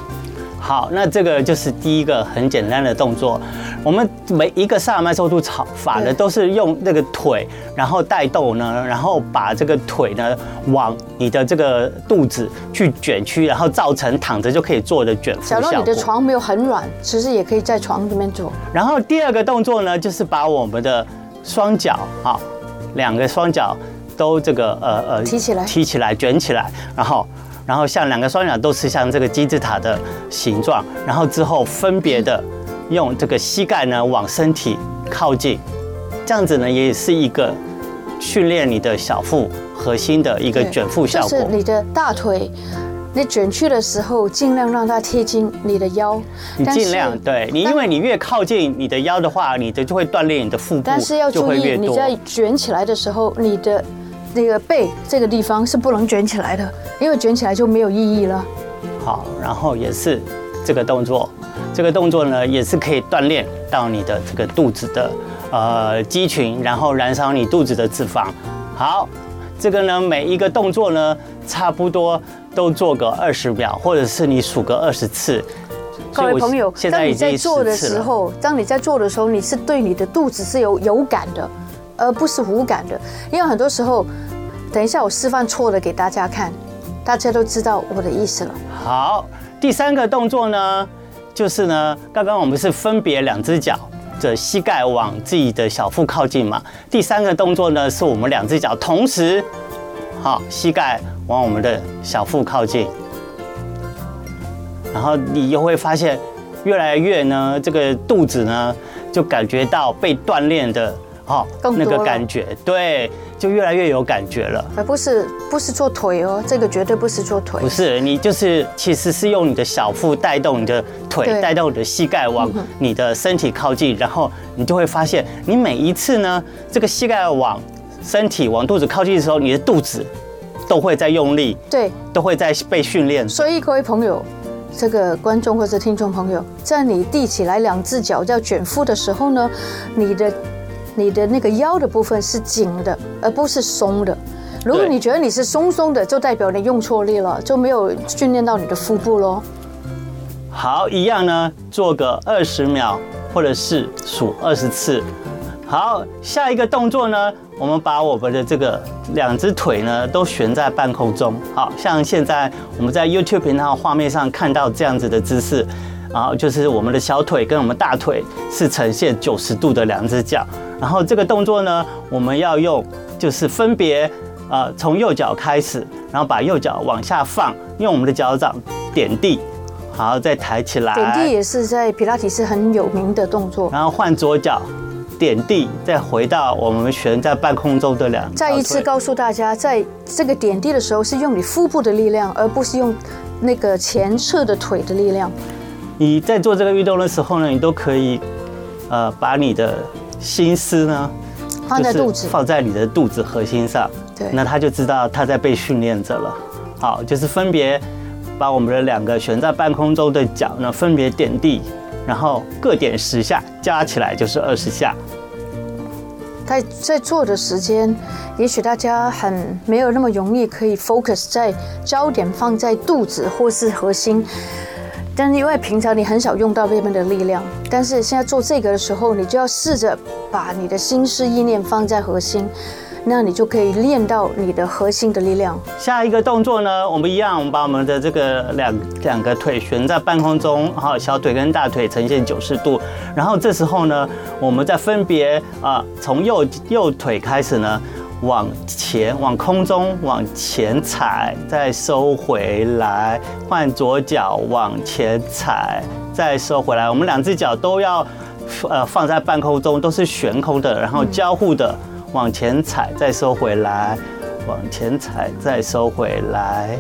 Speaker 2: 好，那这个就是第一个很简单的动作。我们每一个萨尔曼瘦肚操法呢，
Speaker 1: 对
Speaker 2: 都是用那个腿，然后带动呢，然后把这个腿呢往你的这个肚子去卷曲，然后造成躺着就可以做的卷腹
Speaker 1: 假
Speaker 2: 效
Speaker 1: 如
Speaker 2: 果。
Speaker 1: 你的床没有很软，其实也可以在床里面做。
Speaker 2: 然后第二个动作呢，就是把我们的双脚啊，两个双脚都这个呃呃
Speaker 1: 提起来
Speaker 2: 提起来，卷起来，然后。然后像两个双脚都是像这个金字塔的形状，然后之后分别的用这个膝盖呢往身体靠近，这样子呢也是一个训练你的小腹核心的一个卷腹效
Speaker 1: 就是
Speaker 2: 果。
Speaker 1: 你的大腿，你卷去的时候，尽量让它贴近你的腰。
Speaker 2: 你
Speaker 1: 但是
Speaker 2: 尽量对你，因为你越靠近你的腰的话，你的就会锻炼你的腹部，
Speaker 1: 但是要
Speaker 2: 就
Speaker 1: 注
Speaker 2: 会
Speaker 1: 意，
Speaker 2: 越
Speaker 1: 你
Speaker 2: 多。
Speaker 1: 在卷起来的时候，你的那个背这个地方是不能卷起来的，因为卷起来就没有意义了。
Speaker 2: 好，然后也是这个动作，这个动作呢也是可以锻炼到你的这个肚子的呃肌群，然后燃烧你肚子的脂肪。好，这个呢每一个动作呢差不多都做个二十秒，或者是你数个二十次。
Speaker 1: 各
Speaker 2: 所以
Speaker 1: 位
Speaker 2: 我
Speaker 1: 朋友，
Speaker 2: 现
Speaker 1: 当
Speaker 2: 在
Speaker 1: 你
Speaker 2: 已经
Speaker 1: 在做的
Speaker 2: 10次
Speaker 1: 时
Speaker 2: 了
Speaker 1: 候，当你在做的时候，你是对你的肚子是有有感的，而不是无感的。因为很多时候，等一下我示范错了给大家看，大家都知道我的意思了。
Speaker 2: 好，第三个动作呢，就是呢，刚刚我们是分别两只脚的膝盖往自己的小腹靠近嘛。第三个动作呢，是我们两只脚同时，好，膝盖往我们的小腹靠近，然后你又会发现，越来越呢，这个肚子呢，就感觉到被锻炼的。好，
Speaker 1: 更
Speaker 2: 那
Speaker 1: 多
Speaker 2: 个
Speaker 1: 了
Speaker 2: 感觉，对，就越来越有感觉了。
Speaker 1: 而不是不是做腿哦，这个绝对不是做腿
Speaker 2: 不。是，你就是其实是用你的小腹带动你的腿，
Speaker 1: 对
Speaker 2: 带动你的膝盖往你的身体靠近，然后你就会发现，你每一次呢，这个膝盖往身体往肚子靠近的时候，你的肚子都会在用力，
Speaker 1: 对，
Speaker 2: 都会在被训练。
Speaker 1: 所以各位朋友，这个观众或者听众朋友，在你递起来两只脚要卷腹的时候呢，你的你的那个腰的部分是紧的，而不是松的。如果
Speaker 2: 对
Speaker 1: 你觉得你是松松的，就代表你用错力了，就没有训练到你的腹部喽。
Speaker 2: 好，一样呢，做个二十秒，或者是数二十次。好，下一个动作呢，我们把我们的这个两只腿呢都悬在半空中。好像现在我们在 YouTube 频道画面上看到这样子的姿势，然后就是我们的小腿跟我们大腿是呈现九十度的两只脚。然后这个动作呢，我们要用就是分别呃从右脚开始，然后把右脚往下放，用我们的脚掌点地，好再抬起来。
Speaker 1: 点地也是在皮拉提是很有名的动作。
Speaker 2: 然后换左脚点地，再回到我们悬在半空中的两条腿。
Speaker 1: 再一次告诉大家，在这个点地的时候是用你腹部的力量，而不是用那个前侧的腿的力量。
Speaker 2: 你在做这个运动的时候呢，你都可以，呃，把你的心思呢
Speaker 1: 放在肚子
Speaker 2: 就是放在你的肚子核心上，
Speaker 1: 对
Speaker 2: 那他就知道他在被训练着了。好，就是分别把我们的两个悬在半空中的脚呢，分别点地，然后各点十下，加起来就是二十下。
Speaker 1: 在在做的时间，也许大家很没有那么容易可以 focus 在焦点放在肚子或是核心，但因为平常你很少用到这边的力量，但是现在做这个的时候，你就要试着把你的心思意念放在核心，那你就可以练到你的核心的力量。
Speaker 2: 下一个动作呢，我们一样，我们把我们的这个两两个腿悬在半空中，好，小腿跟大腿呈现九十度。然后这时候呢，我们再分别啊、从右右腿开始呢，往前往空中往前踩，再收回来，换左脚往前踩，再收回来。我们两只脚都要呃放在半空中，都是悬空的，然后交互的往前踩，再收回来。往前踩，再收回来。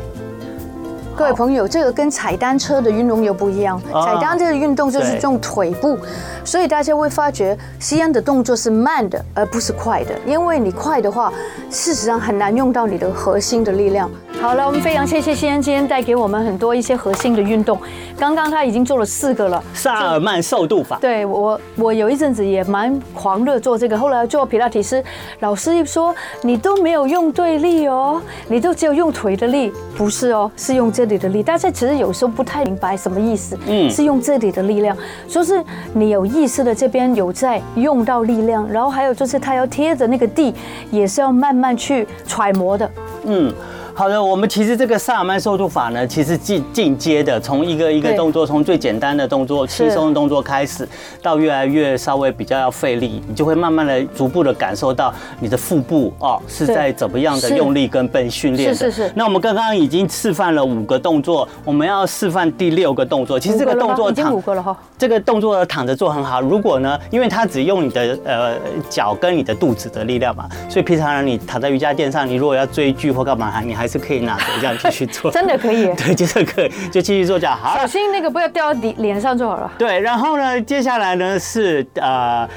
Speaker 1: 各位朋友，这个跟踩单车的运动又不一样。
Speaker 2: 啊
Speaker 1: 踩单车的运动就是
Speaker 2: 对
Speaker 1: 用腿部，所以大家会发觉西安的动作是慢的，而不是快的。因为你快的话，事实上很难用到你的核心的力量。好了，我们非常谢谢西安今天带给我们很多一些核心的运动。刚刚他已经做了四个了。
Speaker 2: 萨尔曼瘦肚法，
Speaker 1: 对我，我有一阵子也蛮狂热做这个，后来做皮拉提斯，老师一说你都没有用对力哦，你都只有用腿的力，不是哦，是用这里的力。大家其实有时候不太明白什么意思，
Speaker 2: 嗯
Speaker 1: 嗯，是用这里的力量，就是你有意识的这边有在用到力量，然后还有就是它要贴着那个地，也是要慢慢去揣摩的。
Speaker 2: 嗯，好的，我们其实这个萨尔曼瘦肚法呢，其实进进阶的，从一个一个
Speaker 1: 对
Speaker 2: 动作，从最简单的动作、
Speaker 1: 是
Speaker 2: 轻松的动作开始，到越来越稍微比较要费力，你就会慢慢的、逐步的感受到你的腹部哦是
Speaker 1: 对
Speaker 2: 在怎么样的
Speaker 1: 是
Speaker 2: 用力跟被训练的。
Speaker 1: 是是是
Speaker 2: 那我们刚刚已经示范了五个动作，我们要示范第六个动作。其实这个
Speaker 1: 五了吗
Speaker 2: 动作
Speaker 1: 已经
Speaker 2: 躺
Speaker 1: 五个了哈。
Speaker 2: 这个动作躺着做很好。如果呢，因为它只用你的呃脚跟你的肚子的力量嘛，所以平常人你躺在瑜伽垫上，你如果要追剧或干嘛，你还是可以拿着这样继续 做。
Speaker 1: 真的可以
Speaker 2: 对，就是可以就继续做就好。
Speaker 1: 小心那个不要掉到底脸上就好了。
Speaker 2: 对，然后呢，接下来呢是呃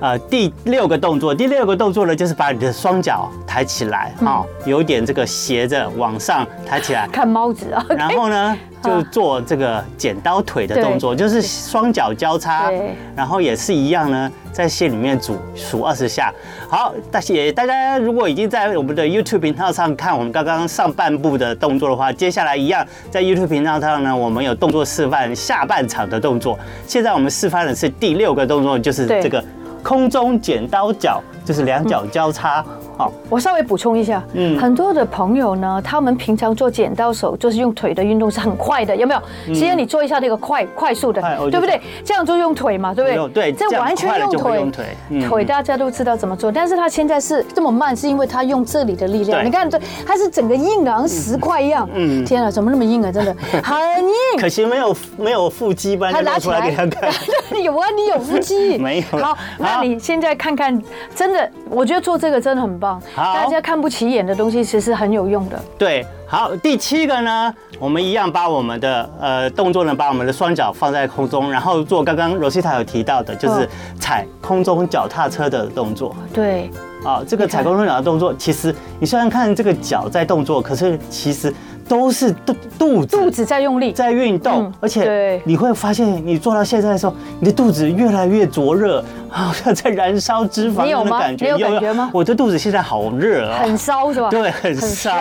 Speaker 2: 呃第六个动作，第六个动作呢就是把你的双脚抬起来，哦，
Speaker 1: 嗯
Speaker 2: 有点这个斜着往上抬起来，
Speaker 1: 看猫子啊，
Speaker 2: 然后呢，就做这个剪刀腿的动作，就是双脚交叉
Speaker 1: 对，
Speaker 2: 然后也是一样呢，在线里面数数二十下。好，大也大家如果已经在我们的 YouTube 频道上看我们刚刚上半部的动作的话，接下来一样在 YouTube 频道上呢，我们有动作示范下半场的动作。现在我们示范的是第六个动作，就是
Speaker 1: 对嗯
Speaker 2: 这个空中剪刀脚，就是两脚交叉。好，
Speaker 1: 我稍微补充一下，
Speaker 2: 嗯
Speaker 1: 很多的朋友呢，他们平常做剪刀手就是用腿的运动是很快的，有没有？只要你做一下这个快快速的
Speaker 2: 快嗯哎我，
Speaker 1: 对不
Speaker 2: 就
Speaker 1: 对？这样就用腿嘛，对不
Speaker 2: 有
Speaker 1: 对？
Speaker 2: 对
Speaker 1: 这
Speaker 2: 这样
Speaker 1: 完全
Speaker 2: 快了
Speaker 1: 用
Speaker 2: 就会
Speaker 1: 腿，
Speaker 2: 用腿嗯
Speaker 1: 腿大家都知道怎么做，但是他现在是这么慢，是因为他用这里的力量。
Speaker 2: 对
Speaker 1: 你看这，他是整个硬的，好像石块一样。
Speaker 2: 嗯
Speaker 1: 天啊，怎么那么硬啊？真的很硬。
Speaker 2: 可惜没有没有腹肌般
Speaker 1: 他
Speaker 2: 的
Speaker 1: 拿
Speaker 2: 露
Speaker 1: 起
Speaker 2: 出来
Speaker 1: 来
Speaker 2: 给他看。
Speaker 1: 对， 有啊，你有腹肌。
Speaker 2: 没有
Speaker 1: 好，那
Speaker 2: 好
Speaker 1: 你现在看看，真的，我觉得做这个真的很棒。
Speaker 2: 好
Speaker 1: 大家看不起眼的东西，其实很有用的。
Speaker 2: 对，好，第七个呢，我们一样把我们的呃动作呢，把我们的双脚放在空中，然后做刚刚罗西塔有提到的，就是
Speaker 1: 嗯
Speaker 2: 踩空中脚踏车的动作
Speaker 1: 对，
Speaker 2: 啊、这个
Speaker 1: 你看
Speaker 2: 踩空中脚的动作，其实你虽然看这个脚在动作，可是其实都是肚肚子
Speaker 1: 肚子在用力，
Speaker 2: 在运动，
Speaker 1: 嗯
Speaker 2: 而且
Speaker 1: 对
Speaker 2: 你会发现，你做到现在的时候，你的肚子越来越灼热，好像 在燃烧脂肪
Speaker 1: 你有
Speaker 2: 那种
Speaker 1: 吗
Speaker 2: 感觉。
Speaker 1: 你有感觉吗
Speaker 2: 我的肚子现在好热啊，
Speaker 1: 很烧是吧？
Speaker 2: 对，很烧。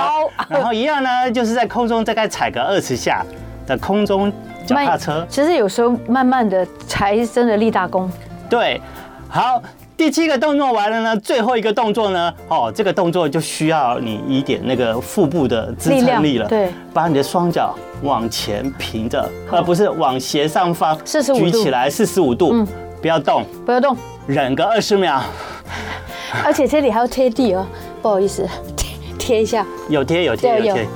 Speaker 2: 然后一样呢，就是在空中大概踩个二十下的空中脚
Speaker 1: 慢
Speaker 2: 踏车。
Speaker 1: 其实有时候慢慢的才真的立大功。
Speaker 2: 对，好，第七个动作完了呢，最后一个动作呢，哦，这个动作就需要你一点那个腹部的支
Speaker 1: 力
Speaker 2: 撑
Speaker 1: 量
Speaker 2: 力了。
Speaker 1: 对，
Speaker 2: 把你的双脚往前平着，
Speaker 1: 好
Speaker 2: 而不是往斜上方
Speaker 1: 45
Speaker 2: 举
Speaker 1: 度
Speaker 2: 起来四十五度，
Speaker 1: 嗯
Speaker 2: 不要动，
Speaker 1: 不 要动，
Speaker 2: 忍个二十秒，
Speaker 1: 而且这里还要贴地哦，不好意思，贴贴一下。
Speaker 2: 有贴有贴
Speaker 1: 对
Speaker 2: 有
Speaker 1: 有
Speaker 2: 贴，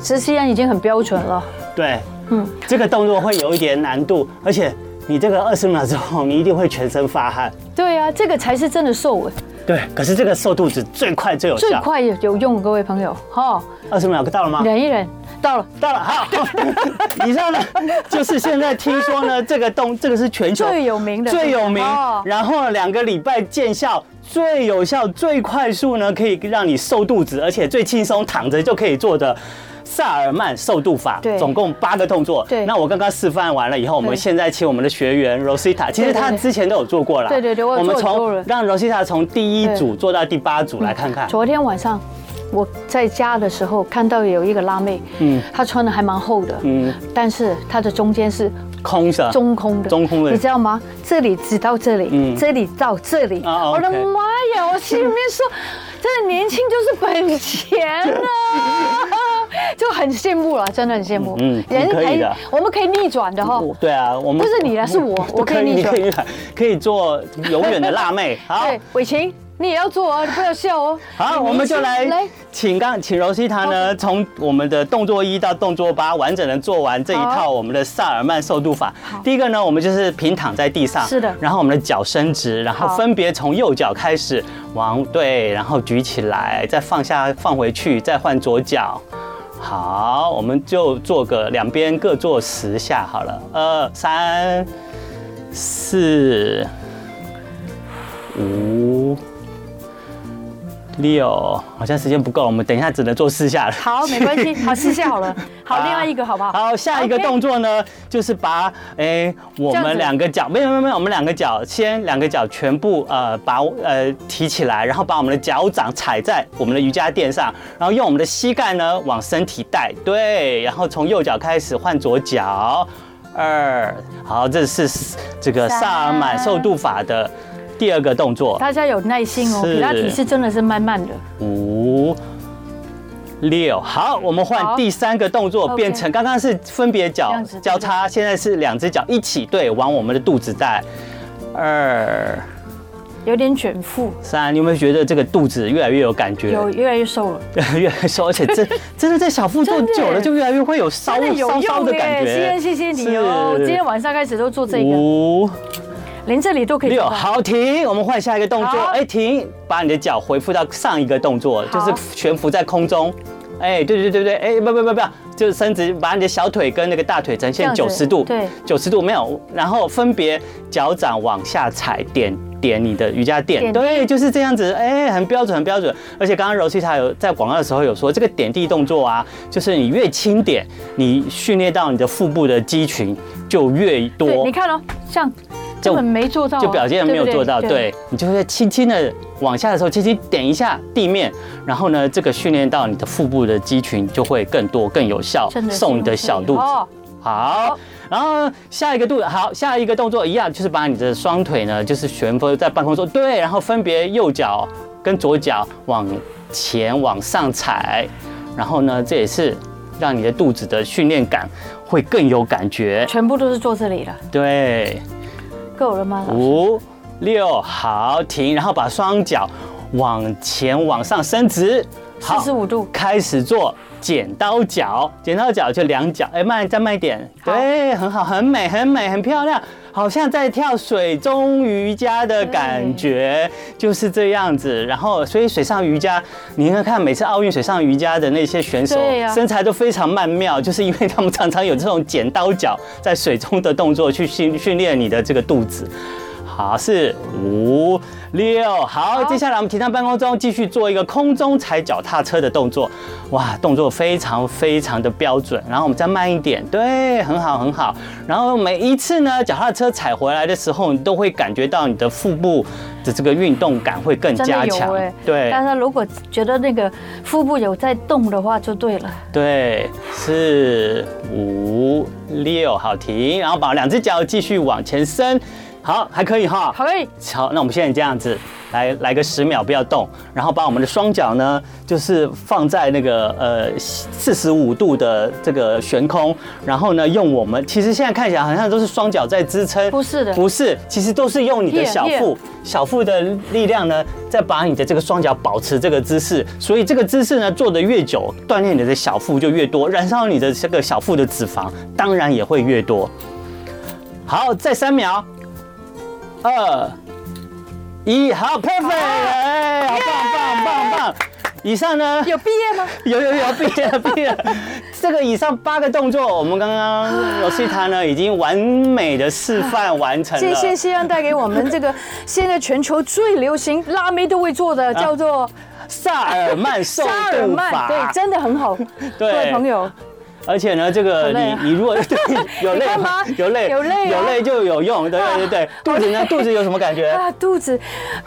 Speaker 1: 其实西安已经很标准了，
Speaker 2: 对，
Speaker 1: 嗯，
Speaker 2: 这个动作会有一点难度，而且你这个二十秒之后，你一定会全身发汗。
Speaker 1: 对啊，这个才是真的瘦哎，
Speaker 2: 对，可是这个瘦肚子最快最有
Speaker 1: 最
Speaker 2: 效。
Speaker 1: 快有用，各位朋友哈、哦，
Speaker 2: 二十秒到了吗？
Speaker 1: 忍一忍，到了。
Speaker 2: 到了，好。 以上呢，就是现在听说呢，这个动这个是全球
Speaker 1: 最有名的
Speaker 2: 最有名
Speaker 1: 哦，
Speaker 2: 然后呢两个礼拜见效。最有效、最快速呢，可以让你瘦肚子，而且最轻松躺着就可以做的萨尔曼瘦肚法，
Speaker 1: 对
Speaker 2: 总共八个动作。
Speaker 1: 对
Speaker 2: 那我刚刚示范完了以后，我们
Speaker 1: 对
Speaker 2: 现在请我们的学员 Rosita，其实
Speaker 1: 对对
Speaker 2: 她
Speaker 1: 对
Speaker 2: 之前都有做过了。
Speaker 1: 对对对我有
Speaker 2: 我们
Speaker 1: 做过
Speaker 2: 从
Speaker 1: 了
Speaker 2: 让 Rosita 从第一
Speaker 1: 对
Speaker 2: 组做到第八组来看看。
Speaker 1: 昨天晚上我在家的时候看到有一个辣妹，
Speaker 2: 嗯
Speaker 1: 嗯，她穿的还蛮厚的，
Speaker 2: 嗯
Speaker 1: 嗯，但是她的中间是
Speaker 2: 空着，
Speaker 1: 中空的，
Speaker 2: 中空的
Speaker 1: 你知道吗？这里只到这里，
Speaker 2: 嗯
Speaker 1: 这里到这里，
Speaker 2: 啊
Speaker 1: 我的
Speaker 2: OK
Speaker 1: 妈呀！我心里面说， 真的年轻就是本钱啊， 就很羡慕了，真的很羡慕。哎
Speaker 2: 嗯嗯你可以的
Speaker 1: 我们可以逆转的哦哈。
Speaker 2: 对啊，我们
Speaker 1: 不是你啦是我我可以逆
Speaker 2: 你
Speaker 1: 转
Speaker 2: 可以逆转，可以做永远的辣妹。好，
Speaker 1: 对，伟晴，你也要做哦，你不要笑哦。
Speaker 2: 好，
Speaker 1: 你
Speaker 2: 我们就
Speaker 1: 来
Speaker 2: 来请刚请柔西塔呢，从我们的动作一到动作八，完整的做完这一
Speaker 1: 好
Speaker 2: 套我们的萨尔曼瘦肚法。第一个呢，我们就是平躺在地上，
Speaker 1: 是的
Speaker 2: 然后我们的脚伸直，然后
Speaker 1: 好
Speaker 2: 分别从右脚开始往对，然后举起来，再放下放回去，再换左脚。好，我们就做个两边各做十下好了，二三四五六，好像时间不够，我们等一下只能做四下了。
Speaker 1: 好，没关系， 好，试下好了。好，
Speaker 2: 好
Speaker 1: 另外一个好不好？
Speaker 2: 好，下一个
Speaker 1: OK
Speaker 2: 动作呢，就是把诶、我
Speaker 1: 这样
Speaker 2: 们
Speaker 1: 子
Speaker 2: 两个脚，没有没有没有，我们两个脚先两个脚全部呃把呃提起来，然后把我们的脚掌踩在我们的瑜伽垫上，然后用我们的膝盖呢往身体带，对，然后从右脚开始换左脚，二，好，这是这个
Speaker 1: 三
Speaker 2: 萨尔满瘦肚法的第二个动作，
Speaker 1: 大家有耐心哦，
Speaker 2: 是
Speaker 1: 普拉提是真的是慢慢的，
Speaker 2: 五六。好，我们换
Speaker 1: 好
Speaker 2: 第三个动作，
Speaker 1: OK
Speaker 2: 变成刚刚是分别
Speaker 1: 这
Speaker 2: 脚
Speaker 1: 样子
Speaker 2: 交叉，现在是两只脚一起对往我们的肚子带。二
Speaker 1: 有点卷腹，
Speaker 2: 三，你有没有觉得这个肚子越来越有感觉？
Speaker 1: 有越来越瘦了，
Speaker 2: 越来越瘦，而且 真真的在小腹做
Speaker 1: 真的
Speaker 2: 久了，就越来越会有烧
Speaker 1: 真的有
Speaker 2: 烧烧
Speaker 1: 用
Speaker 2: 的感
Speaker 1: 耶！谢
Speaker 2: 觉
Speaker 1: 谢。谢谢你哦，
Speaker 2: 是
Speaker 1: 今天晚上开始都做这个，
Speaker 2: 五
Speaker 1: 连这里都可以
Speaker 2: 六，
Speaker 1: 做到。
Speaker 2: 好停，我们换下一个动作。
Speaker 1: 好
Speaker 2: 哎，停，把你的脚回复到上一个动作，就
Speaker 1: 好
Speaker 2: 是悬浮在空中。哎，对对对对，哎，不不不不，就是伸直，把你的小腿跟那个大腿呈现
Speaker 1: 这
Speaker 2: 九
Speaker 1: 样子
Speaker 2: 十度，
Speaker 1: 对，
Speaker 2: 九十度没有，然后分别脚掌往下踩，点点你的瑜伽垫，
Speaker 1: 点
Speaker 2: 对，就是这样子，哎，很标准，很标准。而且刚刚柔西塔有在广告的时候有说，这个点地动作啊，就是你越轻点，你训练到你的腹部的肌群就越
Speaker 1: 对，
Speaker 2: 多
Speaker 1: 你，看哦，像根本没做到哦，
Speaker 2: 就表现没有
Speaker 1: 对不
Speaker 2: 做到，对你就会轻轻的往下的时候，轻轻点一下地面，然后呢，这个训练到你的腹部的肌群就会更多、更有效
Speaker 1: 真，的是
Speaker 2: 送你的
Speaker 1: 用
Speaker 2: 小
Speaker 1: 力
Speaker 2: 肚子。
Speaker 1: 哦
Speaker 2: 好
Speaker 1: 好，
Speaker 2: 然后下一个动好，下一个动作一样，就是把你的双腿呢，就是悬浮在半空中，对，然后分别右脚跟左脚往前往上踩，然后呢，这也是让你的肚子的训练感会更有感觉，
Speaker 1: 全部都是做这里了，
Speaker 2: 对，
Speaker 1: 够了吗？老师
Speaker 2: 五六好停，然后把双脚往前往上伸直，好
Speaker 1: 四十五度，
Speaker 2: 开始做剪刀脚，剪刀脚就两脚，哎，慢，再慢一点，
Speaker 1: 好
Speaker 2: 对，很好，很美，很美，很漂亮，好像在跳水中瑜伽的感觉，就是这样子。然后，所以水上瑜伽，你看看每次奥运水上瑜伽的那些选手
Speaker 1: 对，呀
Speaker 2: 身材都非常曼妙，就是因为他们常常有这种剪刀脚在水中的动作去训训练你的这个肚子。好，是五六，好，
Speaker 1: 好
Speaker 2: 接下来我们停在半空中，继续做一个空中踩脚踏车的动作。哇，动作非常非常的标准。然后我们再慢一点，对，很好很好。然后每一次呢，脚踏车踩回来的时候，你都会感觉到你的腹部的这个运动感会更
Speaker 1: 真
Speaker 2: 加
Speaker 1: 的有
Speaker 2: 强
Speaker 1: 哎。，
Speaker 2: 对
Speaker 1: 但是如果觉得那个腹部有在动的话，就对了。
Speaker 2: 对，四五六，好停。然后把两只脚继续往前伸，好，还可以哈。
Speaker 1: 好哎嘞，
Speaker 2: 好，那我们现在这样子，来来个十秒不要动，然后把我们的双脚呢，就是放在那个呃四十五度的这个悬空，然后呢用我们其实现在看起来好像都是双脚在支撑，
Speaker 1: 不是的
Speaker 2: 不是，其实都是用你的
Speaker 1: Here，
Speaker 2: 小
Speaker 1: here
Speaker 2: 腹小腹的力量呢，再把你的这个双脚保持这个姿势，所以这个姿势呢做得越久，锻炼你的小腹就越多，燃烧你的这个小腹的脂肪，当然也会越多。好，再三秒，二一，好，perfect，哎，好棒棒棒棒！以上呢，
Speaker 1: 有毕业吗？
Speaker 2: 有有有，毕业了毕业了。这个以上八个动作，我们刚刚罗西塔呢已经完美的示范完成
Speaker 1: 谢
Speaker 2: 了。
Speaker 1: 谢西安带给我们这个现在全球最流行辣妹都会做的，叫做
Speaker 2: 萨尔曼啊瘦
Speaker 1: 沙尔
Speaker 2: 肚
Speaker 1: 曼，对，
Speaker 2: 法，
Speaker 1: 真的很好。各位朋友，
Speaker 2: 而且呢，这
Speaker 1: 好
Speaker 2: 个
Speaker 1: 累啊
Speaker 2: 你你如果对有
Speaker 1: 你
Speaker 2: 累
Speaker 1: 干
Speaker 2: 吗
Speaker 1: 嘛？
Speaker 2: 有累
Speaker 1: 有累啊
Speaker 2: 有累就有用，对对 对。肚子呢？肚子有什么感觉？
Speaker 1: 啊，肚子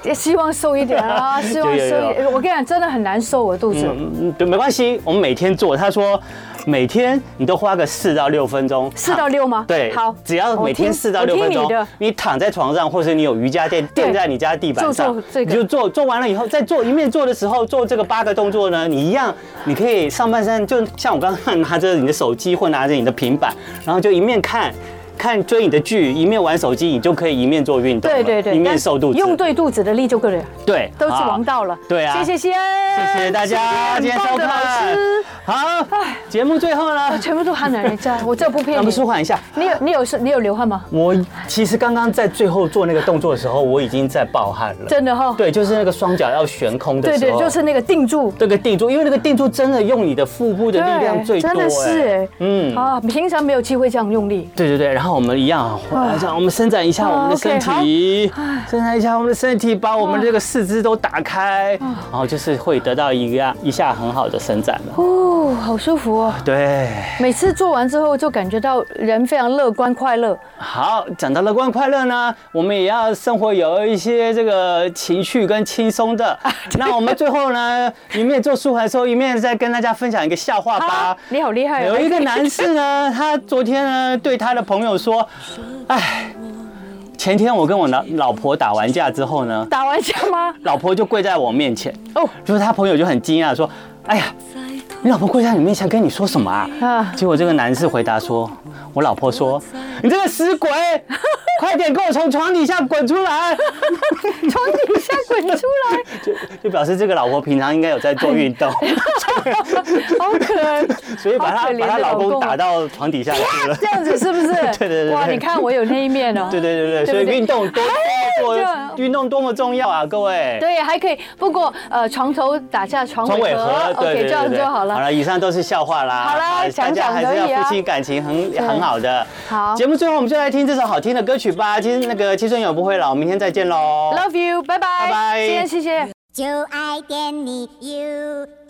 Speaker 1: 也希望瘦一点 啊，希望
Speaker 2: 有有
Speaker 1: 瘦
Speaker 2: 有
Speaker 1: 一点。我跟你讲，真的很难瘦，我肚子。
Speaker 2: 嗯，对，没关系，我们每天做。他说，每天你都花个四到六分钟，
Speaker 1: 四到六吗？
Speaker 2: 对，
Speaker 1: 好，
Speaker 2: 只要每
Speaker 1: 我
Speaker 2: 天
Speaker 1: 听
Speaker 2: 四到
Speaker 1: 我
Speaker 2: 六分
Speaker 1: 听你
Speaker 2: 钟
Speaker 1: 的，
Speaker 2: 你躺在床上，或是你有瑜伽垫垫在你家地板
Speaker 1: 就
Speaker 2: 上
Speaker 1: 做，这
Speaker 2: 你
Speaker 1: 个
Speaker 2: 就做。做完了以后，在做一面做的时候，做这个八个动作呢，你一样，你可以上半身就像我刚刚拿着你的手机或拿着你的平板，然后就一面看。看追你的剧，一面玩手机，你就可以一面做运动了，
Speaker 1: 对对对，
Speaker 2: 一面
Speaker 1: 但
Speaker 2: 瘦肚子，
Speaker 1: 用对肚子的力就够了，
Speaker 2: 对，
Speaker 1: 都是
Speaker 2: 好
Speaker 1: 王道了。
Speaker 2: 对啊
Speaker 1: 谢谢西安，
Speaker 2: 谢谢大家今
Speaker 1: 谢谢
Speaker 2: 天
Speaker 1: 很棒
Speaker 2: 收
Speaker 1: 的
Speaker 2: 看
Speaker 1: 老师，，
Speaker 2: 好，节目最后呢，
Speaker 1: 全部都汗了，人家，我这不骗
Speaker 2: 让我
Speaker 1: 你
Speaker 2: 们。舒缓一下。
Speaker 1: 你有你有你有流汗吗？
Speaker 2: 我其实刚刚在最后做那个动作的时候，我已经在爆汗了。
Speaker 1: 真的哈。
Speaker 2: 对，就是那个双脚要悬空的
Speaker 1: 对
Speaker 2: 时候，
Speaker 1: 对，就是那个定住。
Speaker 2: 这个定住，因为那个定住真的用你的腹部的力量最多，
Speaker 1: 真的是哎，
Speaker 2: 嗯
Speaker 1: 嗯啊，平常没有机会这样用力。
Speaker 2: 对对对，然后我们
Speaker 1: 啊
Speaker 2: 一样，我想我们伸展一下我们的身
Speaker 1: 哦
Speaker 2: 体，伸展一下我们的身体，把我们这个四肢都打
Speaker 1: 哦
Speaker 2: 开，然后就是会得到一个一下很好的伸展了。
Speaker 1: 哦，好舒服哦！
Speaker 2: 对，
Speaker 1: 每次做完之后就感觉到人非常乐观快乐。
Speaker 2: 好，讲到乐观快乐呢，我们也要生活有一些这个情绪跟轻松的。那我们最后呢，一面做舒缓的时候，一面再跟大家分享一个笑话吧
Speaker 1: 啊。，你好厉害哦！
Speaker 2: 有一个男士呢，他昨天呢对他的朋友说：“哎，前天我跟我老老婆打完架之后呢，
Speaker 1: 打完架吗？
Speaker 2: 老婆就跪在我面前，
Speaker 1: 哦，
Speaker 2: 就是他朋友就很惊讶说：‘哎呀，你老婆跪在你面前跟你说什么啊？
Speaker 1: 啊
Speaker 2: 结果这个男士回答说：“我老婆说，你这个死 鬼，快点给我从床底下滚出来！”
Speaker 1: 从底下滚出来，
Speaker 2: 就就表示这个老婆平常应该有在做运 动，
Speaker 1: 好可爱，
Speaker 2: 所以把
Speaker 1: 好
Speaker 2: 她
Speaker 1: 可怜的
Speaker 2: 把她老公打
Speaker 1: 啊
Speaker 2: 到床底下去了。
Speaker 1: 这样子是不是？
Speaker 2: 对对对
Speaker 1: 哇，你看我有那一面哦。
Speaker 2: 对对对对，所
Speaker 1: 对
Speaker 2: 以
Speaker 1: 不对
Speaker 2: 运动多多
Speaker 1: 哎
Speaker 2: 做运动多么重要啊，各位。
Speaker 1: 对，还可以。不过呃，床头打架床
Speaker 2: 从
Speaker 1: 尾
Speaker 2: 尾
Speaker 1: 和
Speaker 2: 和，对
Speaker 1: o
Speaker 2: 对
Speaker 1: k
Speaker 2: 对
Speaker 1: 这样
Speaker 2: 对
Speaker 1: 就好
Speaker 2: 好
Speaker 1: 了。
Speaker 2: 了，以上都是笑话啦。
Speaker 1: 好啦
Speaker 2: 啊
Speaker 1: 讲
Speaker 2: 大家
Speaker 1: 讲
Speaker 2: 还是
Speaker 1: 而已
Speaker 2: 要
Speaker 1: 啊
Speaker 2: 夫妻感情很很好的。
Speaker 1: 好
Speaker 2: 节目最后我们就来听这首好听的歌曲吧。今天那个青春永不会老，明天再见喽。
Speaker 1: Love you，拜拜，
Speaker 2: 拜拜
Speaker 1: 谢谢谢谢。
Speaker 3: 就爱点你 UFO。